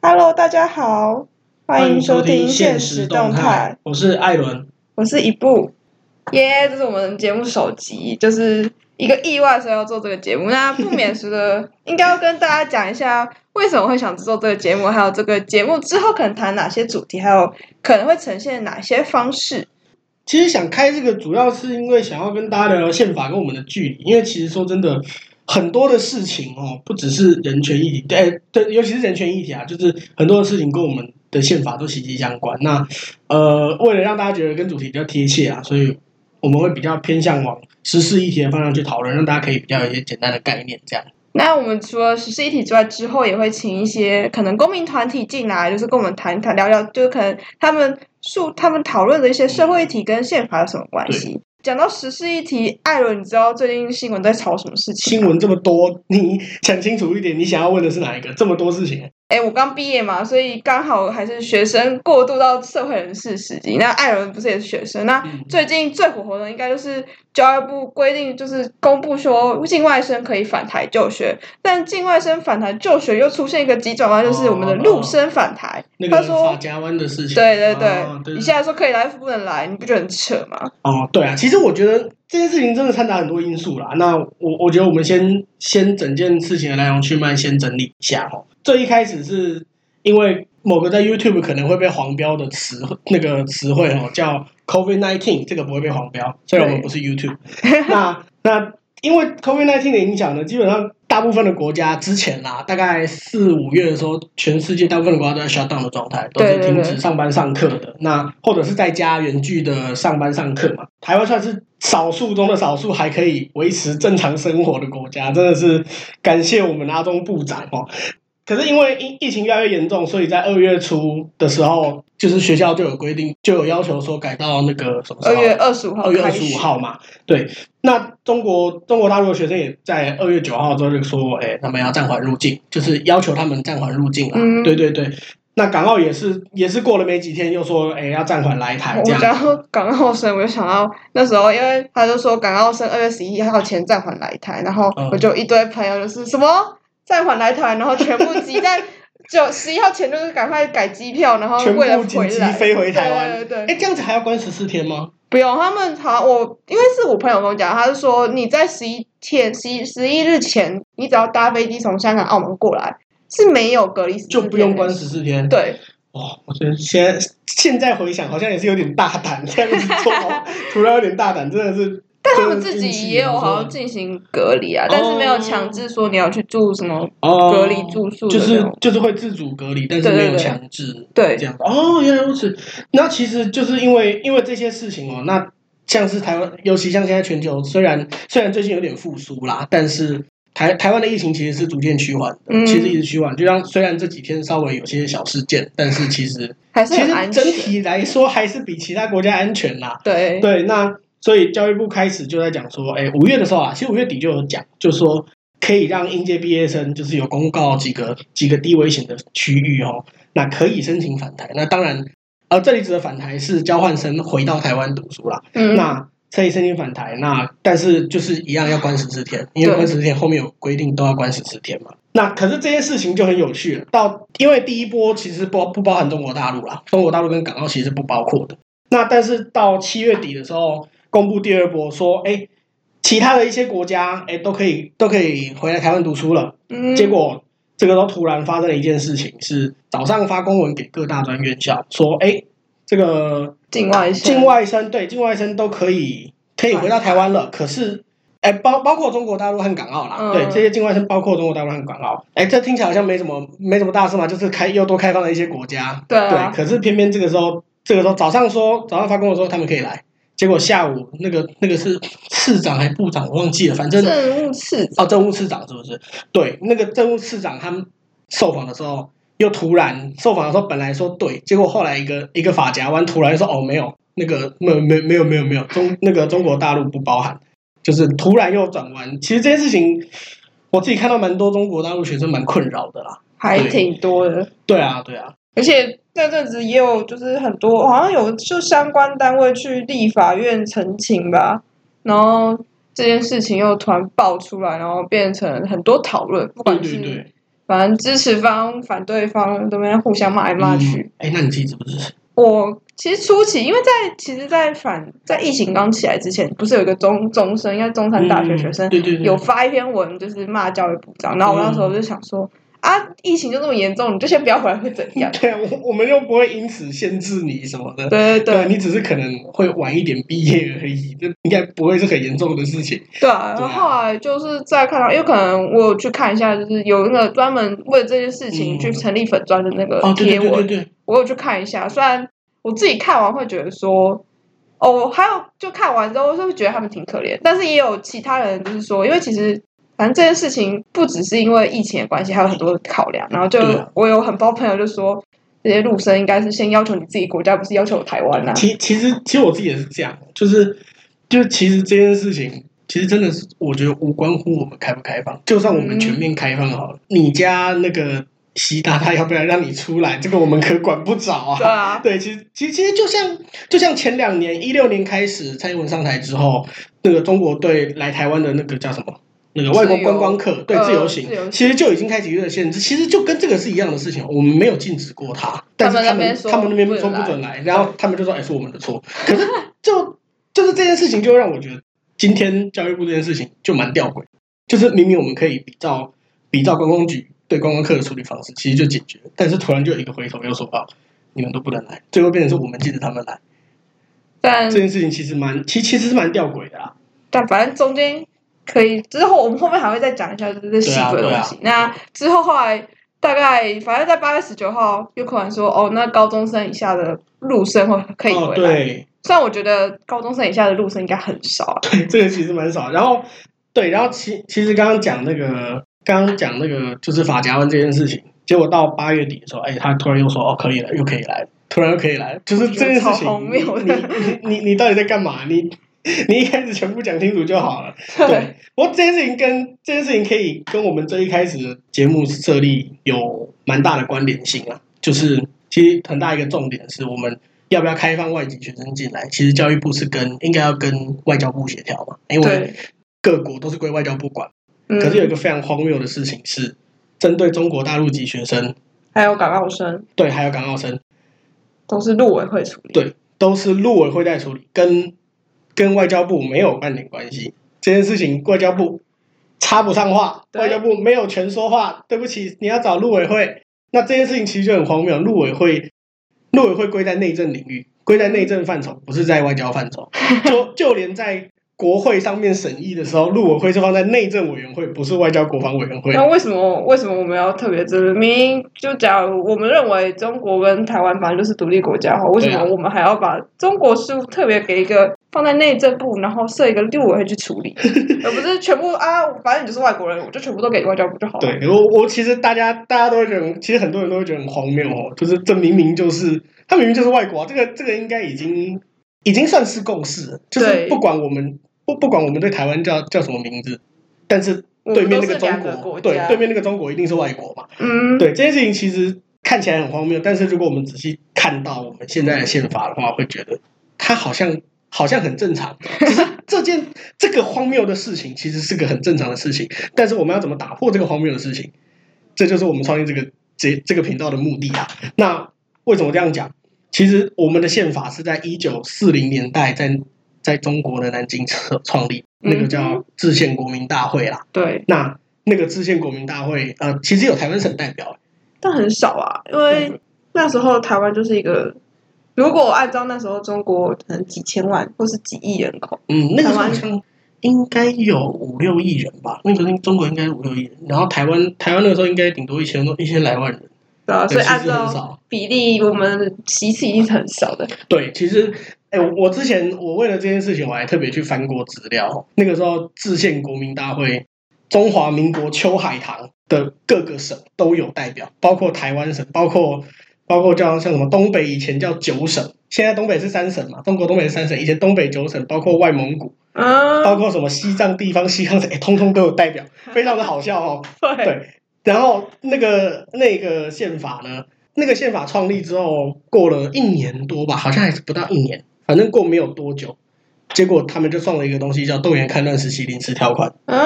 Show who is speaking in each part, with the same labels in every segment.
Speaker 1: Hello，大家好，欢迎收听现实
Speaker 2: 实
Speaker 1: 动态，，
Speaker 2: 我是艾伦。
Speaker 1: 我是一步。
Speaker 3: 耶这是我们节目首集，就是一个意外，所以要做这个节目。 那不免俗的，应该要跟大家讲一下为什么会想做这个节目，还有这个节目之后可能谈哪些主题，还有可能会呈现哪些方式。
Speaker 2: 其实想开这个，主要是因为想要跟大家聊聊宪法跟我们的距离。因为其实说真的，很多的事情哦，不只是人权议题，对对，尤其是人权议题啊，就是很多的事情跟我们的宪法都息息相关。那呃，为了让大家觉得跟主题比较贴切啊，所以我们会比较偏向往时事议题的方向去讨论，让大家可以比较有一些简单的概念这样。
Speaker 3: 那我们除了实施议题之外，之后也会请一些可能公民团体进来，就是跟我们谈谈聊聊，就是可能他们述他们讨论的一些社会议题跟宪法有什么关系。讲到实施议题，艾伦，你知道最近新闻在吵什么事情吗？
Speaker 2: 新闻这么多，你讲清楚一点，你想要问的是哪一个？这么多事情，
Speaker 3: 哎，我刚毕业嘛，所以刚好还是学生过渡到社会人士时期。那艾伦不是也是学生？那
Speaker 2: 嗯
Speaker 3: 最近最火红的应该就是教育部规定，就是公布说境外生可以返台就学，但境外生返台就学又出现一个急转弯，就是我们的陆生返台。
Speaker 2: 那个
Speaker 3: 他说
Speaker 2: 法家湾的事情。
Speaker 3: 对对对，
Speaker 2: 哦对
Speaker 3: 你现在说可以来，不能来，你不觉得很扯吗？
Speaker 2: 哦，对啊，其实我觉得这件事情真的掺杂很多因素啦。那我我觉得我们先先整件事情的来龙去脉先整理一下哦。最一开始是因为某个在 YouTube 可能会被黄标的词那个词汇哦，叫 COVID nineteen，这个不会被黄标，虽然我们不是 YouTube。那 那因为 COVID nineteen 的影响呢，基本上大部分的国家之前啦，大概四五月的时候，全世界大部分的国家都在 shut down 的状态，都是
Speaker 3: 对对
Speaker 2: 停
Speaker 3: 对
Speaker 2: 止上班上课的。那或者是在家远距的上班上课嘛，台湾算是少数中的少数还可以维持正常生活的国家，真的是感谢我们阿中部长哦。可是因为疫疫情越来越严重，所以在二月初的时候，就是学校就有规定，就有要求说改到那个什么时
Speaker 3: 二
Speaker 2: 候
Speaker 3: 月二十五号，
Speaker 2: 啊二月二十五，号嘛，对。那中国中国大陆的学生也在二月九号之后就说，哎、他们要暂缓入境，就是要求他们暂缓入境啊。
Speaker 3: 嗯
Speaker 2: 对对对。那港澳也是也是过了没几天，又说，哎、要暂缓来 台
Speaker 3: 我
Speaker 2: 这样。
Speaker 3: 讲到港澳生，我就想到那时候，因为他就说港澳生二月十一号前暂缓来台，然后
Speaker 2: 嗯
Speaker 3: 我就一堆朋友就是什么暂缓来台，然后全部挤 在就十一号前就是赶快改机票，然后
Speaker 2: 全
Speaker 3: 为了
Speaker 2: 部
Speaker 3: 回
Speaker 2: 紧急
Speaker 3: 来
Speaker 2: 飞回台湾。
Speaker 3: 对对
Speaker 2: 哎、
Speaker 3: 对，
Speaker 2: 这样子还要关十四天吗？
Speaker 3: 不用他们好，我因为是我朋友跟我讲，他就说你在十一天十一十一日前，你只要搭飞机从香港、澳门过来是没有隔离14
Speaker 2: 就不用
Speaker 3: 天的
Speaker 2: 关十四天。
Speaker 3: 对，
Speaker 2: 哦，我觉得现在现在回想，好像也是有点大胆这样子做， 突然有点大胆，真的是。
Speaker 3: 但他们
Speaker 2: 真的
Speaker 3: 自
Speaker 2: 是运气
Speaker 3: 己也有
Speaker 2: 我说
Speaker 3: 好像进行隔离啊，但是没有强制说你要去住什么
Speaker 2: 哦
Speaker 3: 隔离住宿
Speaker 2: 就
Speaker 3: 的
Speaker 2: 是
Speaker 3: 那种
Speaker 2: 就是会自主隔离，但是
Speaker 3: 对对
Speaker 2: 没有
Speaker 3: 对
Speaker 2: 强制
Speaker 3: 对
Speaker 2: 这样。哦，原来如此。那其实就是因为因为这些事情哦，那像是台湾，尤其像现在全球，虽然虽然最近有点复苏啦，但是台台湾的疫情其实是逐渐趋缓的，
Speaker 3: 嗯
Speaker 2: 其实一直趋缓。就像虽然这几天稍微有些小事件，但是其实
Speaker 3: 还是
Speaker 2: 其
Speaker 3: 很
Speaker 2: 实
Speaker 3: 安
Speaker 2: 整
Speaker 3: 全。
Speaker 2: 体来说还是比其他国家安全啦。
Speaker 3: 对，
Speaker 2: 对，那所以教育部开始就在讲说，哎，五月的时候啊，其实五月底就有讲，就说可以让应届毕业生就是有公告几个几个低危险的区域哦，那可以申请返台。那当然，呃，这里指的返台是交换生回到台湾读书啦。
Speaker 3: 嗯，
Speaker 2: 那可以申请返台，那但是就是一样要关十四天，因为
Speaker 3: 对
Speaker 2: 关十四天后面有规定都要关十四天嘛。那可是这件事情就很有趣了，到因为第一波其实不不包含中国大陆啦，中国大陆跟港澳其实不包括的。那但是到七月底的时候公布第二波说，哎、其他的一些国家哎、都可以都可以回来台湾读书了，
Speaker 3: 嗯
Speaker 2: 结果这个时候突然发生了一件事情，是早上发公文给各大专院校说，哎、这个
Speaker 3: 境外生
Speaker 2: 境外生对境外生都可以可以回到台湾了，可是。哎，包包括中国大陆和港澳啦，
Speaker 3: 嗯
Speaker 2: 对这些境外生，包括中国大陆和港澳。哎，这听起来好像没什么没什么大事嘛，就是开又多开放了一些国家，
Speaker 3: 对啊
Speaker 2: 对。可是偏偏这个时候，这个时候早上说早上发公文说他们可以来，结果下午那个那个是市长还部长我忘记了，反正
Speaker 3: 政务次
Speaker 2: 哦，政务市长是不是？对，那个政务市长他们受访的时候，又突然受访的时候本来说对，结果后来一个一个法夹湾突然说哦没有，那个没有没有没有没有没有中那个中国大陆不包含，就是突然又转弯。其实这件事情，我自己看到蛮多中国大陆学生蛮困扰的啦。
Speaker 3: 还挺多的，
Speaker 2: 对啊，对啊，
Speaker 3: 而且那阵子也有就是很多，好像有就相关单位去立法院澄清吧，然后这件事情又突然爆出来，然后变成很多讨论，不
Speaker 2: 对
Speaker 3: 管
Speaker 2: 对
Speaker 3: 是
Speaker 2: 对，
Speaker 3: 反正支持方、反对方都在那边互相骂来骂去。
Speaker 2: 嗯。哎、那你自己支不支持？
Speaker 3: 我其实初期，因为在其实，在反在疫情刚起来之前，不是有一个中中生，应该中山大学学生
Speaker 2: 嗯、对对对，？
Speaker 3: 有发一篇文，就是骂教育部长。然后我那时候就想说，啊，疫情就这么严重，你就先不要回来会怎样
Speaker 2: 对，啊我我们又不会因此限制你什么的。
Speaker 3: 对对啊对
Speaker 2: 对，你只是可能会晚一点毕业而已，这应该不会是很严重的事情。
Speaker 3: 对啊！
Speaker 2: 对
Speaker 3: 然后后来就是再看到，因为可能我有去看一下，就是有那个专门为这件事情
Speaker 2: 嗯
Speaker 3: 去成立粉砖的那个
Speaker 2: 哦，对
Speaker 3: 呃贴
Speaker 2: 对对
Speaker 3: 文
Speaker 2: 对，对，
Speaker 3: 我有去看一下，虽然我自己看完会觉得说，哦，还有就看完之后就会觉得他们挺可怜，但是也有其他人就是说，因为其实反正这件事情不只是因为疫情的关系，还有很多考量，然后就
Speaker 2: 对啊
Speaker 3: 我有很多朋友就说。这些陆生应该是先要求你自己国家，不是要求台 湾呐、啊
Speaker 2: 其其实其实我自己也是这样，就是就其实这件事情，其实真的是我觉得无关乎我们开不开放，就算我们
Speaker 3: 嗯
Speaker 2: 全面开放好了，你家那个习大大要不要让你出来，这个我们可管不着啊。
Speaker 3: 对啊，
Speaker 2: 对，其实其实其实就像就像前两年一六年开始蔡英文上台之后，那个中国对来台湾的那个叫什么？那个外国
Speaker 3: 自由
Speaker 2: 观光客对
Speaker 3: 呃
Speaker 2: 自由行，
Speaker 3: 自由行
Speaker 2: 其实就已经开始有点限制，其实就跟这个是一样的事情，我们没有禁止过他，但是
Speaker 3: 他们那边说
Speaker 2: 他们他们那边
Speaker 3: 不
Speaker 2: 说
Speaker 3: 准
Speaker 2: 不
Speaker 3: 来
Speaker 2: 准来，然后他们就说哎是我们的错，可是就就是这件事情就让我觉得今天教育部这件事情就蛮吊诡，就是明明我们可以比照比照观光局对观光客的处理方式，其实就解决，但是突然就有一个回头又说啊你们都不能来，最后变成是我们禁止他们来，
Speaker 3: 但
Speaker 2: 这件事情其实蛮其其实是蛮吊诡的啦，啊
Speaker 3: 但反正中间可以之后，我们后面还会再讲一下就是细部的
Speaker 2: 对
Speaker 3: 东
Speaker 2: 啊
Speaker 3: 西。那之后后来大概反正在八月十九号，有可能说哦，那高中生以下的陆生会可以
Speaker 2: 哦
Speaker 3: 回来。
Speaker 2: 对。
Speaker 3: 虽然我觉得高中生以下的陆生应该很少啊。
Speaker 2: 这个其实蛮少。然后对，然后其其实刚刚讲那个，刚刚讲那个就是法夹湾这件事情，结果到八月底的时候，哎，他突然又说哦可以了，又可以来，突然又可以来，就是这件事
Speaker 3: 超
Speaker 2: 情，
Speaker 3: 荒谬
Speaker 2: 你
Speaker 3: 的
Speaker 2: 你你你到底在干嘛？你你一开始全部讲清楚就 好了。对，不过这件事情跟这件事情可以跟我们最一开始的节目设立有蛮大的关联性啊，就是其实很大一个重点是我们。要不要开放外籍学生进来？其实教育部是跟应该要跟外交部协调嘛，因为
Speaker 3: 对，
Speaker 2: 各国都是归外交部管。
Speaker 3: 嗯，
Speaker 2: 可是有一个非常荒谬的事情是，针对中国大陆籍学生，
Speaker 3: 还有港澳生
Speaker 2: 对，还有港澳生，
Speaker 3: 都是陆委会处理。
Speaker 2: 对，都是陆委会在处理，跟跟外交部没有半点关系。这件事情外交部插不上话，
Speaker 3: 对
Speaker 2: 外交部没有权说话。对不起，你要找陆委会。那这件事情其实就很荒谬，陆委会陆委会归在内政领域，归在内政范畴，不是在外交范畴。 就就连在国会上面审议的时候，陆委会是放在内政委员会，不是外交国防委员会。
Speaker 3: 那为什么为什么我们要特别争论？明明就假如我们认为中国跟台湾反正就是独立国家的话，为什
Speaker 2: 对啊
Speaker 3: 么我们还要把中国事务特别给一个放在内政部，然后设一个六委会去处 理，而不是全部啊，反正你就是外国人，我就全部都给外交部就好了。
Speaker 2: 对我，我其实大家大家都会觉得，其实很多人都会觉得很荒谬哦，就是这明明就是他明明就是外国、啊，这个这个应该已经已经算是共识了，就是
Speaker 3: 对
Speaker 2: 不管我们不不管我们对台湾叫叫什么名字，但是
Speaker 3: 我
Speaker 2: 对
Speaker 3: 们嗯
Speaker 2: 面
Speaker 3: 都
Speaker 2: 那
Speaker 3: 是
Speaker 2: 中
Speaker 3: 两
Speaker 2: 国，
Speaker 3: 个国
Speaker 2: 对
Speaker 3: 家。
Speaker 2: 对面那个中国一定是外国嘛？
Speaker 3: 嗯，
Speaker 2: 对这件事情其实看起来很荒谬，但是如果我们仔细看到我们现在的宪法的话，会觉得它好像好像很正常。只是这件这个荒谬的事情其实是个很正常的事情，但是我们要怎么打破这个荒谬的事情，这就是我们创立这个这这个频道的目的啊。那为什么这样讲？其实我们的宪法是在一九四零年代在在中国的南京创创立，那个叫制宪国民大会啦。
Speaker 3: 对，
Speaker 2: 那那个制宪国民大会，呃，其实有台湾省代表，
Speaker 3: 但很少啊，因为那时候台湾就是一个。如果按照那时候中国可能几千万或是几亿人口，
Speaker 2: 嗯，那个时候
Speaker 3: 台
Speaker 2: 好
Speaker 3: 湾
Speaker 2: 像应该有五六亿人吧，那个时候中国应该有五六亿人，然后台湾台湾那个时候应该顶多一千多一千来万人，
Speaker 3: 对啊，
Speaker 2: 对
Speaker 3: 所以
Speaker 2: 其实
Speaker 3: 按
Speaker 2: 很少
Speaker 3: 照比例，我们其次一定是很少的。
Speaker 2: 对，其实，哎、我我之前我为了这件事情，我还特别去翻过资料。那个时候，制宪国民大会，中华民国秋海棠的各个省都有代表，包括台湾省，包括包括叫像什么东北以前叫九省，现在东北是三省嘛，中国东北是三省，以前东北九省，包括外蒙古，包
Speaker 3: 嗯，
Speaker 2: 括什么西藏地方、西藏省，哎、 通通都有代表，非常的好笑哦。
Speaker 3: 对，
Speaker 2: 对，然后那个那个宪法呢，那个宪法创立之后，过了一年多吧，好像还是不到一年，反正过没有多久，结果他们就放了一个东西叫动员戡乱时期临时条款，
Speaker 3: 嗯，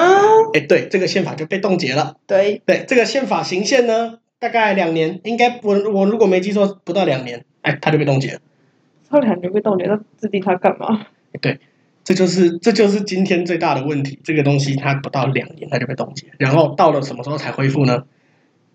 Speaker 2: 哎，对，这个宪法就被冻结了。
Speaker 3: 对，
Speaker 2: 对，这个宪法行宪呢，大概两年，应该我我如果没记错，不到两年，哎，它就被冻结了。
Speaker 3: 后来就被冻结，那制定它干嘛？
Speaker 2: 这就是这就是今天最大的问题，这个东西它不到两年它就被冻结，然后到了什么时候才恢复呢？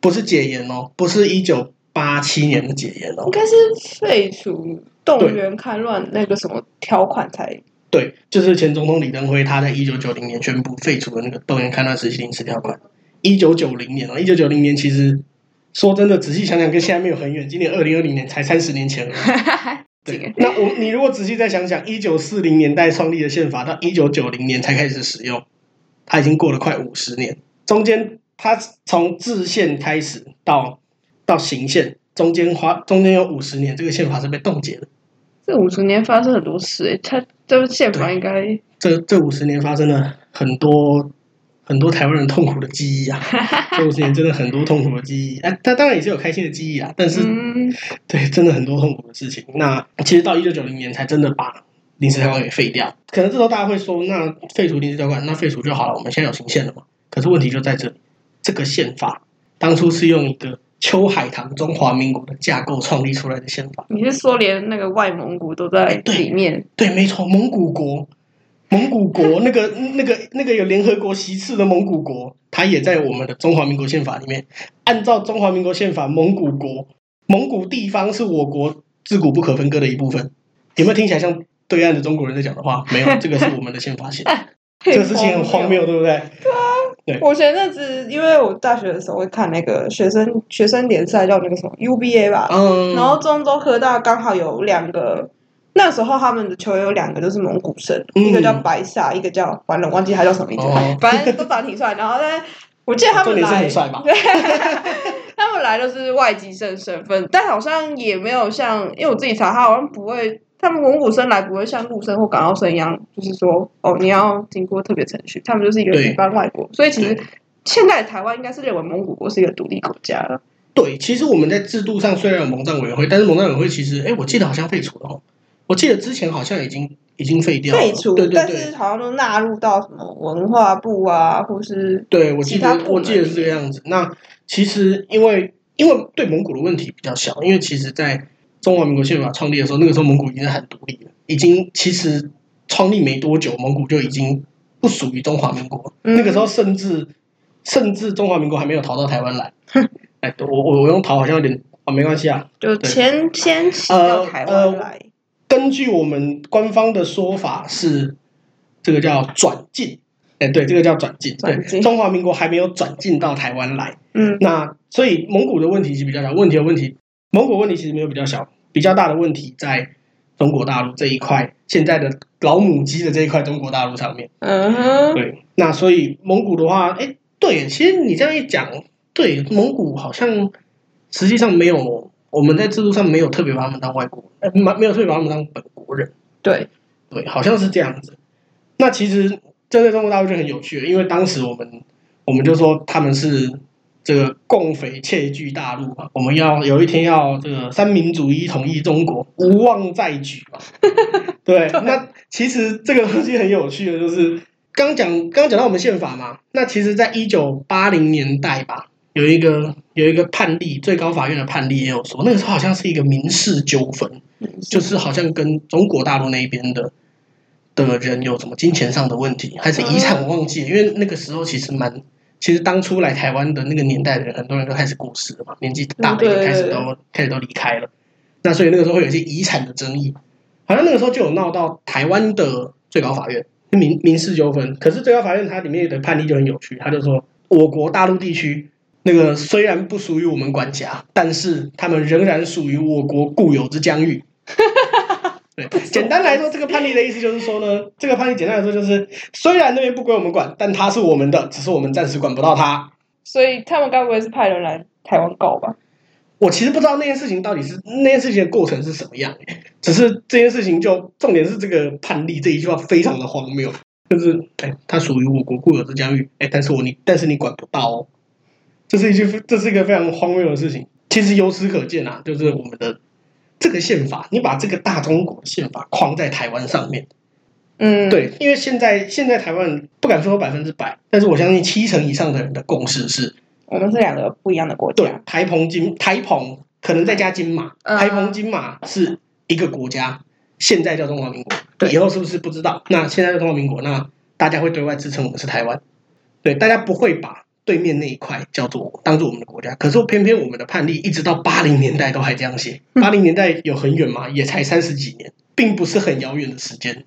Speaker 2: 不是解严哦，不是一九八七年的解严哦
Speaker 3: 应，该是废除动员戡乱那个什么条款才
Speaker 2: 对，就是前总统李登辉他在一九九零年宣布废除了那个动员戡乱时期临时条款。一九九零年哦，一九九零年其实说真的，仔细想想跟现在没有很远，今年二零二零年才三十年前而已。对，那我你如果仔细再想想，一九四零年代创立的宪法到一九九零年才开始使用，它已经过了快五十年，中间它从制宪开始到到行宪，中间花中间有五十年，这个宪法是被冻结的。
Speaker 3: 这五十年发生很多事、欸，它这个宪法应该
Speaker 2: 这这五十年发生了很多很多台湾人痛苦的记忆啊，这五十年真的很多痛苦的记忆。哎、啊，它当然也是有开心的记忆啊，但是
Speaker 3: 嗯，
Speaker 2: 对，真的很多痛苦的事情。那其实到一九九零年才真的把临时条款给废掉。可能这时候大家会说，那废除临时条款，那废除就好了，我们现在有行宪了嘛？可是问题就在这里，这个宪法当初是用一个秋海棠中华民国的架构创立出来的宪法。
Speaker 3: 你是说连那个外蒙古都在里面？
Speaker 2: 对，没错，蒙古国，蒙古国那个那个那个有联合国席次的蒙古国，它也在我们的中华民国宪法里面。按照中华民国宪法，蒙古国蒙古地方是我国自古不可分割的一部分。有没有听起来像对岸的中国人在讲的话？没有，这个是我们的宪法 写的。这个事情很荒谬，对不对？
Speaker 3: 我前阵子因为我大学的时候会看那个学生学生联赛，叫那个什么 UBA 吧，
Speaker 2: 嗯，
Speaker 3: 然后中州科大刚好有两个，那时候他们的球员有两个都是蒙古生，
Speaker 2: 嗯
Speaker 3: 一个叫白萨，一个叫完了忘记他叫什么名字，
Speaker 2: 哦
Speaker 3: 反正都长得挺帅。然后呢，我记得他
Speaker 2: 重
Speaker 3: 们
Speaker 2: 点是
Speaker 3: 来
Speaker 2: 很，帅吧？
Speaker 3: 对，他们来就是外籍生身份，但好像也没有像，因为我自己查，他好像不会。他们蒙古生来不会像陆生或港澳生一样，就是说哦，你要经过特别程序，他们就是一个
Speaker 2: 对
Speaker 3: 一般外国，所以其实现在台湾应该是认为蒙古国是一个独立国家了。
Speaker 2: 对，其实我们在制度上虽然有蒙藏委员会，但是蒙藏委员会其实，哎，我记得好像废除了哦。我记得之前好像已经已经废掉了，
Speaker 3: 废除，
Speaker 2: 对对
Speaker 3: 但
Speaker 2: 对，
Speaker 3: 是好像都纳入到什么文化部啊，或是
Speaker 2: 对，我记
Speaker 3: 其他
Speaker 2: 得
Speaker 3: 部门
Speaker 2: 我记得是这个样子。那其实因为因为对蒙古的问题比较小，因为其实在中华民国宪法创立的时候，那个时候蒙古已经是很独立了，已经其实创立没多久，蒙古就已经不属于中华民国了。
Speaker 3: 嗯
Speaker 2: 那个时候甚至甚至中华民国还没有逃到台湾来。哎，我我我用逃好像有点啊，没关系啊。
Speaker 3: 就
Speaker 2: 对呃
Speaker 3: 迁迁徙到台湾来，
Speaker 2: 根据我们官方的说法是，这个叫转进。哎，对，这个叫转进。
Speaker 3: 转
Speaker 2: 对，
Speaker 3: 进
Speaker 2: 中华民国还没有转进到台湾来。
Speaker 3: 嗯
Speaker 2: 那所以蒙古的问题其实比较小，问题的问题，蒙古问题其实没有比较小，比较大的问题在中国大陆这一块，现在的老母鸡的这一块中国大陆上面。
Speaker 3: 嗯哼，
Speaker 2: 对，那所以蒙古的话，哎，对，其实你这样一讲，对，蒙古好像实际上没有我们在制度上没有特别把他们当外国人，呃没没有特别把他们当本国人。
Speaker 3: 对，
Speaker 2: 对，好像是这样子。那其实这在中国大陆就很有趣了，因为当时我们我们就说他们是这个共匪窃据大陆嘛，我们要有一天要这个三民主义统一中国，无望再举嘛。对，那其实这个东西很有趣的，就是刚讲刚讲到我们宪法嘛，那其实在一九八零年代吧。有一个有一个判例，最高法院的判例也有说，那个时候好像是一个民事纠纷，嗯 就是好像跟中国大陆那边的的人有什么金钱上的问题，还是遗
Speaker 3: 哦
Speaker 2: 产，我忘记了，因为那个时候其实蛮，其实当初来台湾的那个年代的人，很多人都开始过世了嘛，年纪大的
Speaker 3: 嗯
Speaker 2: 也
Speaker 3: 对
Speaker 2: 开始都开始都离开了，那所以那个时候会有一些遗产的争议，好像那个时候就有闹到台湾的最高法院民民事纠纷，可是最高法院它里面的判例就很有趣，他就说我国大陆地区。那个虽然不属于我们管辖，但是他们仍然属于我国固有之疆域，对，简单来说，这个判例的意思就是说呢，这个判例简单来说就是，虽然那边不归我们管，但它是我们的，只是我们暂时管不到它。
Speaker 3: 所以他们该不会是派人来台湾告吧？
Speaker 2: 我其实不知道那件事情到底是那件事情的过程是什么样，只是这件事情就重点是这个判例这一句话非常的荒谬，就是哎，它属于我国固有之疆域，哎，但是我你但是你管不到哦，这是一句这是一个非常荒谬的事情。其实由此可见啊，就是我们的这个宪法，你把这个大中国宪法框在台湾上面，
Speaker 3: 嗯，
Speaker 2: 对，因为现在现在台湾不敢说百分之百，但是我相信七成以上的人的共识是，
Speaker 3: 我们是两个不一样的国
Speaker 2: 对啊
Speaker 3: 家，
Speaker 2: 台澎金台澎可能再加金马，
Speaker 3: 嗯
Speaker 2: 台澎金马是一个国家，现在叫中华民国，
Speaker 3: 对
Speaker 2: 以后是不是不知道？那现在叫中华民国，那大家会对外自称我们是台湾，对，大家不会把对面那一块叫做当做我们的国家。可是偏偏我们的判例一直到八零年代都还这样写，
Speaker 3: 嗯
Speaker 2: 八零年代有很远吗？也才三十几年，并不是很遥远的时间。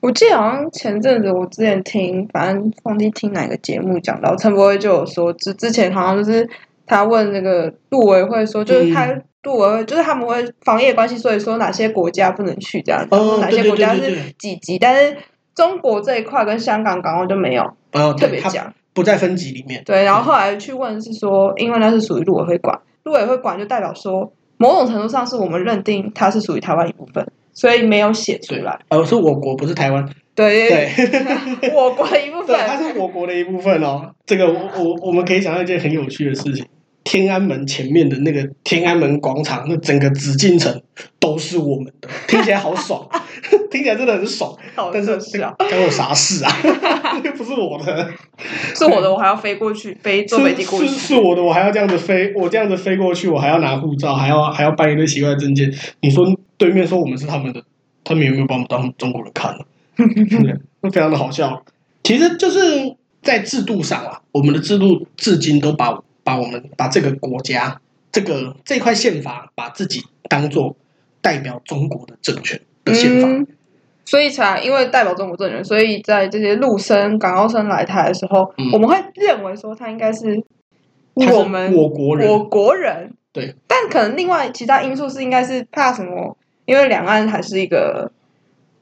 Speaker 3: 我记得好像前阵子我之前听，反正忘记听哪个节目讲到，陈柏威就有说，之之前好像就是他问那个陆委会说，就是他
Speaker 2: 嗯
Speaker 3: 陆委会就是他们会防疫关系，所以说哪些国家不能去这样，
Speaker 2: 哦
Speaker 3: 哪些
Speaker 2: 对对
Speaker 3: 国家
Speaker 2: 对对
Speaker 3: 是
Speaker 2: 对
Speaker 3: 几级，但是中国这一块跟香港、港澳就没有
Speaker 2: 然后
Speaker 3: 特别
Speaker 2: 它
Speaker 3: 讲。
Speaker 2: 不在分级里面，
Speaker 3: 对，然后后来去问是说，因为那是属于陆委会管，陆委会管就代表说，某种程度上是我们认定它是属于台湾一部分，所以没有写出
Speaker 2: 对
Speaker 3: 来。，哎
Speaker 2: 而是我国，不是台湾，
Speaker 3: 对，
Speaker 2: 对。
Speaker 3: 我国的一部
Speaker 2: 对，它
Speaker 3: 分。
Speaker 2: 是我国的一部分哦。这个我我我们可以想到一件很有趣的事情：天安门前面的那个天安门广场，那整个紫禁城都是我们的，听起来好爽， 听起来真的很爽。
Speaker 3: 好
Speaker 2: 但是
Speaker 3: 真是啊，
Speaker 2: 干我啥事啊？ 又不是我的，
Speaker 3: 是我的，我还要飞过去，飞坐飞
Speaker 2: 是
Speaker 3: 机过
Speaker 2: 是
Speaker 3: 去。
Speaker 2: 是我的，我还要这样子飞，我这样子飞过去，我还要拿护照，还要还要办一堆奇怪的证件。你说对面说我们是他们的，他们有没有把我们当中国人看 呢、对，那非常的好笑。其实就是在制度上啊，我们的制度至今都把把我们把这个国家这个这块宪法把自己当做代表中国的政权的宪法。
Speaker 3: 嗯，所以才因为代表中国政权，所以在这些陆生、港澳生来台的时候，
Speaker 2: 嗯
Speaker 3: 我们会认为说他应该是
Speaker 2: 他
Speaker 3: 我
Speaker 2: 是
Speaker 3: 们
Speaker 2: 我国人，
Speaker 3: 我国人。
Speaker 2: 对，
Speaker 3: 但可能另外其他因素是应该是怕什么？因为两岸还是一个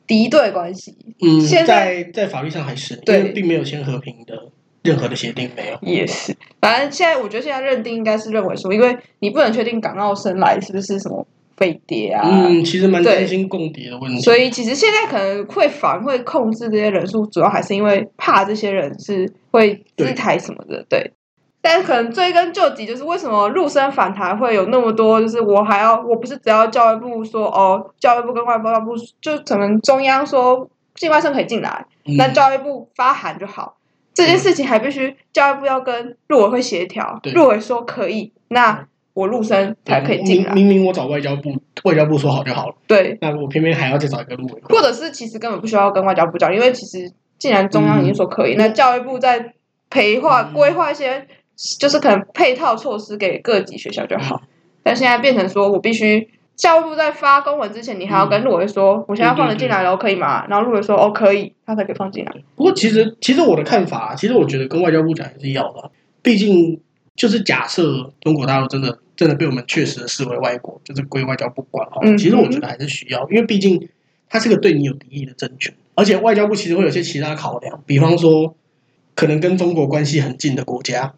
Speaker 3: 敌对关系。
Speaker 2: 嗯，
Speaker 3: 现在
Speaker 2: 在在法律上还是，因
Speaker 3: 对
Speaker 2: 为并没有签和平的任何的协定，没有。
Speaker 3: 也是，反正现在我觉得现在认定应该是认为说，因为你不能确定港澳生来是不是什么飞碟啊，
Speaker 2: 嗯，其实蛮
Speaker 3: 对
Speaker 2: 担心共谍的问题。
Speaker 3: 所以其实现在可能会防会控制这些人数，主要还是因为怕这些人是会自台什么的，对。但可能追根究底，就是为什么陆生反台会有那么多？就是我还要，我不是只要教育部说哦，教育部跟外交部就可能中央说境外生可以进来，
Speaker 2: 嗯
Speaker 3: 那教育部发函就好。这件事情还必须教育部要跟陆委会协调，
Speaker 2: 对嗯
Speaker 3: 陆委说可以，那我陆生才可以进啊来。
Speaker 2: 明明明我找外交部，外交部说好就好了，
Speaker 3: 对，
Speaker 2: 那我偏偏还要再找一个陆委会。
Speaker 3: 或者是其实根本不需要跟外交部讲，因为其实既然中央已经说可以，那教育部在培化、
Speaker 2: 嗯
Speaker 3: 规划一些就是可能配套措施给各级学校就好。
Speaker 2: 嗯
Speaker 3: 但现在变成说我必须教育部在发公文之前，你还要跟
Speaker 2: 嗯
Speaker 3: 陆委说，我现在放人进来了，可以吗？然后陆委说哦可以，他才可以放进来。
Speaker 2: 不过其实其实我的看法、其实我觉得跟外交部讲也是要的，毕竟就是假设中国大陆真的真的被我们确实视为外国，就是归外交部管好了
Speaker 3: 嗯
Speaker 2: 其实我觉得还是需要，因为毕竟它是个对你有敌意的政权，而且外交部其实会有些其他考量，比方说可能跟中国关系很近的国家，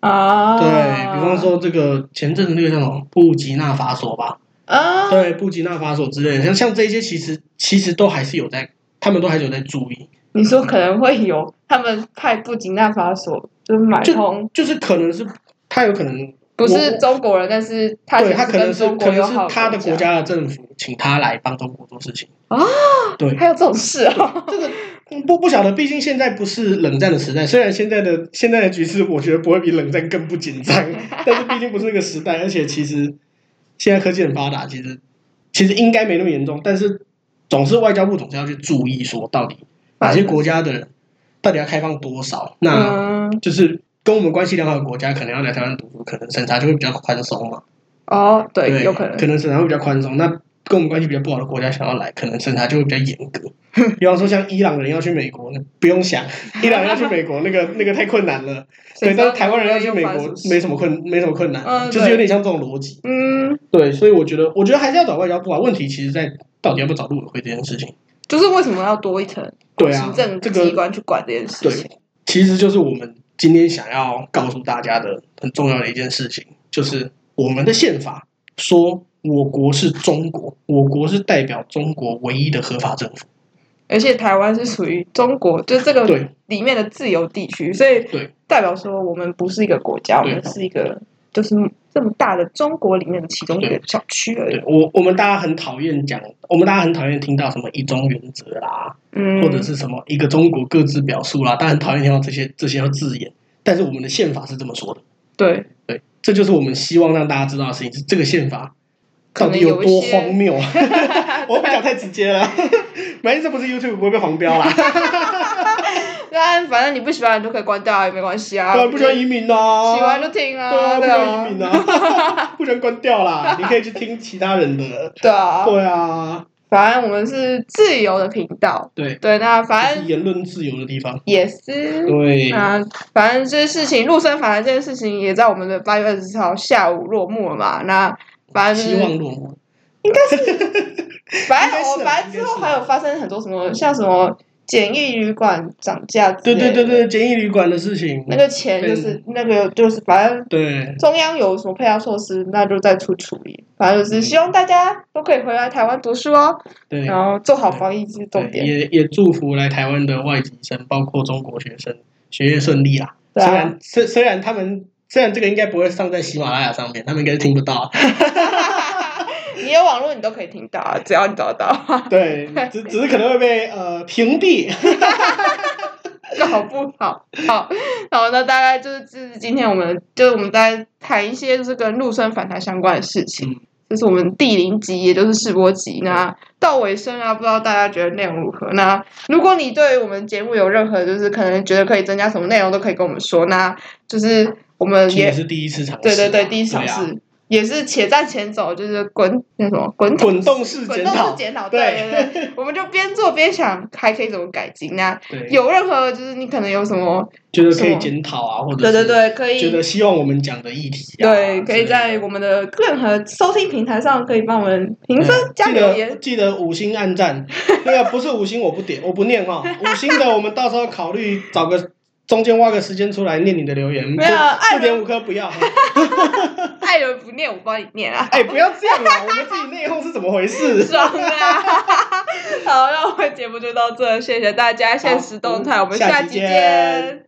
Speaker 3: 啊，
Speaker 2: 对比方说这个前阵子那个叫什么布吉纳法索吧，
Speaker 3: 啊，
Speaker 2: 对布吉纳法索之类的，像像这些其实其实都还是有在，他们都还是有在注意，
Speaker 3: 你说可能会有他们派布吉纳法索就是买
Speaker 2: 就
Speaker 3: 通，
Speaker 2: 就是可能是他有可能
Speaker 3: 不
Speaker 2: 我
Speaker 3: 是中国人，但是他
Speaker 2: 对
Speaker 3: 其
Speaker 2: 他
Speaker 3: 实
Speaker 2: 可能
Speaker 3: 跟
Speaker 2: 是
Speaker 3: 中
Speaker 2: 可
Speaker 3: 国
Speaker 2: 能
Speaker 3: 友
Speaker 2: 是
Speaker 3: 好
Speaker 2: 他的国家的政府请他来帮中国做事情
Speaker 3: 啊，
Speaker 2: 对，
Speaker 3: 还有这种事哦。
Speaker 2: 这个嗯不不晓得，毕竟现在不是冷战的时代，虽然现在的现在的局势，我觉得不会比冷战更不紧张，但是毕竟不是那个时代，而且其实现在科技很发达，其实其实应该没那么严重，但是总是外交部总是要去注意说到底哪些国家的人到底要开放多少，那
Speaker 3: 嗯，
Speaker 2: 就是跟我们关系良好的国家可能要来台湾读书，可能审查就会比较宽松嘛，
Speaker 3: 哦，对，
Speaker 2: 对，
Speaker 3: 有可能。
Speaker 2: 审查会比较宽松，那跟我们关系比较不好的国家想要来，可能审查就会比较严 格。比方说像伊朗人要去美国，那不用想，伊朗人要去美国，那个那个太困难了。
Speaker 3: 谁
Speaker 2: 对，
Speaker 3: 知道
Speaker 2: 但是台湾人要去美
Speaker 3: 会不会
Speaker 2: 国
Speaker 3: 又发生
Speaker 2: 没什么困没什么困难，
Speaker 3: 嗯
Speaker 2: 就是
Speaker 3: 对
Speaker 2: 有点像这种逻辑。
Speaker 3: 嗯，
Speaker 2: 对，所以我觉得我觉得还是要找外交部啊。问题其实在到底要不要找陆委会这件事情。
Speaker 3: 就是为什么要多一层
Speaker 2: 对啊
Speaker 3: 行，政
Speaker 2: 这
Speaker 3: 机
Speaker 2: 个
Speaker 3: 关去管这件事
Speaker 2: 对
Speaker 3: 情？，
Speaker 2: 其实就是我们今天想要告诉大家的很重要的一件事情，就是我们的宪法说我国是中国，我国是代表中国唯一的合法政府。
Speaker 3: 而且台湾是属于中国，就是这个
Speaker 2: 对
Speaker 3: 里面的自由地区，所以
Speaker 2: 对
Speaker 3: 代表说我们不是一个国家，我
Speaker 2: 对
Speaker 3: 们是一个就是这么大的中国里面的其中一个小区而已
Speaker 2: 对。我我们大家很讨厌讲，我们大家很讨厌听到什么一中原则啦，
Speaker 3: 嗯，
Speaker 2: 或者是什么一个中国各自表述啦，啊大家很讨厌听到这些这些字眼。但是我们的宪法是这么说的，
Speaker 3: 对，
Speaker 2: 对，这就是我们希望让大家知道的事情，是这个宪法
Speaker 3: 可
Speaker 2: 到
Speaker 3: 能
Speaker 2: 底
Speaker 3: 有一
Speaker 2: 多
Speaker 3: 些
Speaker 2: 荒 谬 啊！我不讲太直接了， 反正这不是 YouTube 不会被黄标啦，
Speaker 3: 那反正你不喜欢你就可以关掉啊也没关系啊，
Speaker 2: 对，不喜欢移民啊，
Speaker 3: 喜欢就听
Speaker 2: 对啊，
Speaker 3: 啊，
Speaker 2: 不
Speaker 3: 对
Speaker 2: 喜欢移
Speaker 3: 啊，
Speaker 2: 民啊， 不喜欢关掉啦，你可以去听其他人的，
Speaker 3: 对啊，
Speaker 2: 对啊，
Speaker 3: 反正我们是自由的频道，
Speaker 2: 对，
Speaker 3: 对，嗯那
Speaker 2: 这
Speaker 3: 反
Speaker 2: 是
Speaker 3: 正
Speaker 2: 言论自由的地方，
Speaker 3: 也是。
Speaker 2: 对，
Speaker 3: 那反正这些事情，陆生反正这件事情也在我们的八月二十四号下午落幕了嘛。那反正、
Speaker 2: 希
Speaker 3: 就是
Speaker 2: 望落幕。
Speaker 3: 反
Speaker 2: 应该
Speaker 3: 正
Speaker 2: 是
Speaker 3: 我
Speaker 2: 啊
Speaker 3: 反正之后
Speaker 2: 应该
Speaker 3: 还
Speaker 2: 是啊
Speaker 3: 有发生很多什么，像什么简易旅馆涨价之
Speaker 2: 对
Speaker 3: 类的
Speaker 2: 对对，对，简易旅馆的事情，
Speaker 3: 那个钱就是那个就是反正
Speaker 2: 对
Speaker 3: 中央有什么配套措施，那就再出处理。反正就是希望大家都可以回来台湾读书哦，
Speaker 2: 对
Speaker 3: 然后做好防疫是重
Speaker 2: 对，
Speaker 3: 点。
Speaker 2: 也也祝福来台湾的外籍生，包括中国学生学业顺利啦。
Speaker 3: 对
Speaker 2: 虽
Speaker 3: 啊，
Speaker 2: 然虽虽然他们虽然这个应该不会上在喜马拉雅上面，他们应该是听不到。
Speaker 3: 你有网络你都可以听到啊，只要你找得到，
Speaker 2: 对， 只只是可能会被呃屏蔽。
Speaker 3: 好不好？好，好，那大概就是这是今天我们就是我们在谈一些就是跟陆生反弹相关的事情。
Speaker 2: 嗯
Speaker 3: 这是我们第零集，也就是试播集。那到尾声啊，不知道大家觉得内容如何？那如果你对于我们节目有任何就是可能觉得可以增加什么内容，都可以跟我们说。那就是我们
Speaker 2: 也
Speaker 3: 也
Speaker 2: 是第一次尝试，
Speaker 3: 对对对，第一场
Speaker 2: 对啊
Speaker 3: 是、也是且战且走，就是滚那什么滚筒
Speaker 2: 滚动式
Speaker 3: 滚
Speaker 2: 检
Speaker 3: 动式
Speaker 2: 讨。
Speaker 3: 检讨，
Speaker 2: 对
Speaker 3: 对对对，我们就边做边想还可以怎么改进。那
Speaker 2: 对，
Speaker 3: 有任何就是你可能有什么
Speaker 2: 觉得可
Speaker 3: 什
Speaker 2: 以
Speaker 3: 么
Speaker 2: 检讨啊，或者
Speaker 3: 对对
Speaker 2: 是
Speaker 3: 对，可以
Speaker 2: 觉得希望我们讲的议题啊之类
Speaker 3: 对，
Speaker 2: 的，
Speaker 3: 可以在我们的任何收听平台上可以帮我们评分
Speaker 2: 对
Speaker 3: 加
Speaker 2: 记
Speaker 3: 留
Speaker 2: 得
Speaker 3: 言。
Speaker 2: 记得五星暗赞，那个不是五星我不点，我不念哈、五星的我们到时候考虑找个中间挖个时间出来念你的留言。
Speaker 3: 没有艾
Speaker 2: 四
Speaker 3: 伦
Speaker 2: 点五颗不要。
Speaker 3: 爱人不念，我帮你念啊，
Speaker 2: 哎、不要这样啦，我们自己内讧是怎么回事？
Speaker 3: 爽 啊！好，那我们节目就到这，谢谢大家，现实动态，我们
Speaker 2: 下
Speaker 3: 下
Speaker 2: 期
Speaker 3: 期
Speaker 2: 见
Speaker 3: 见。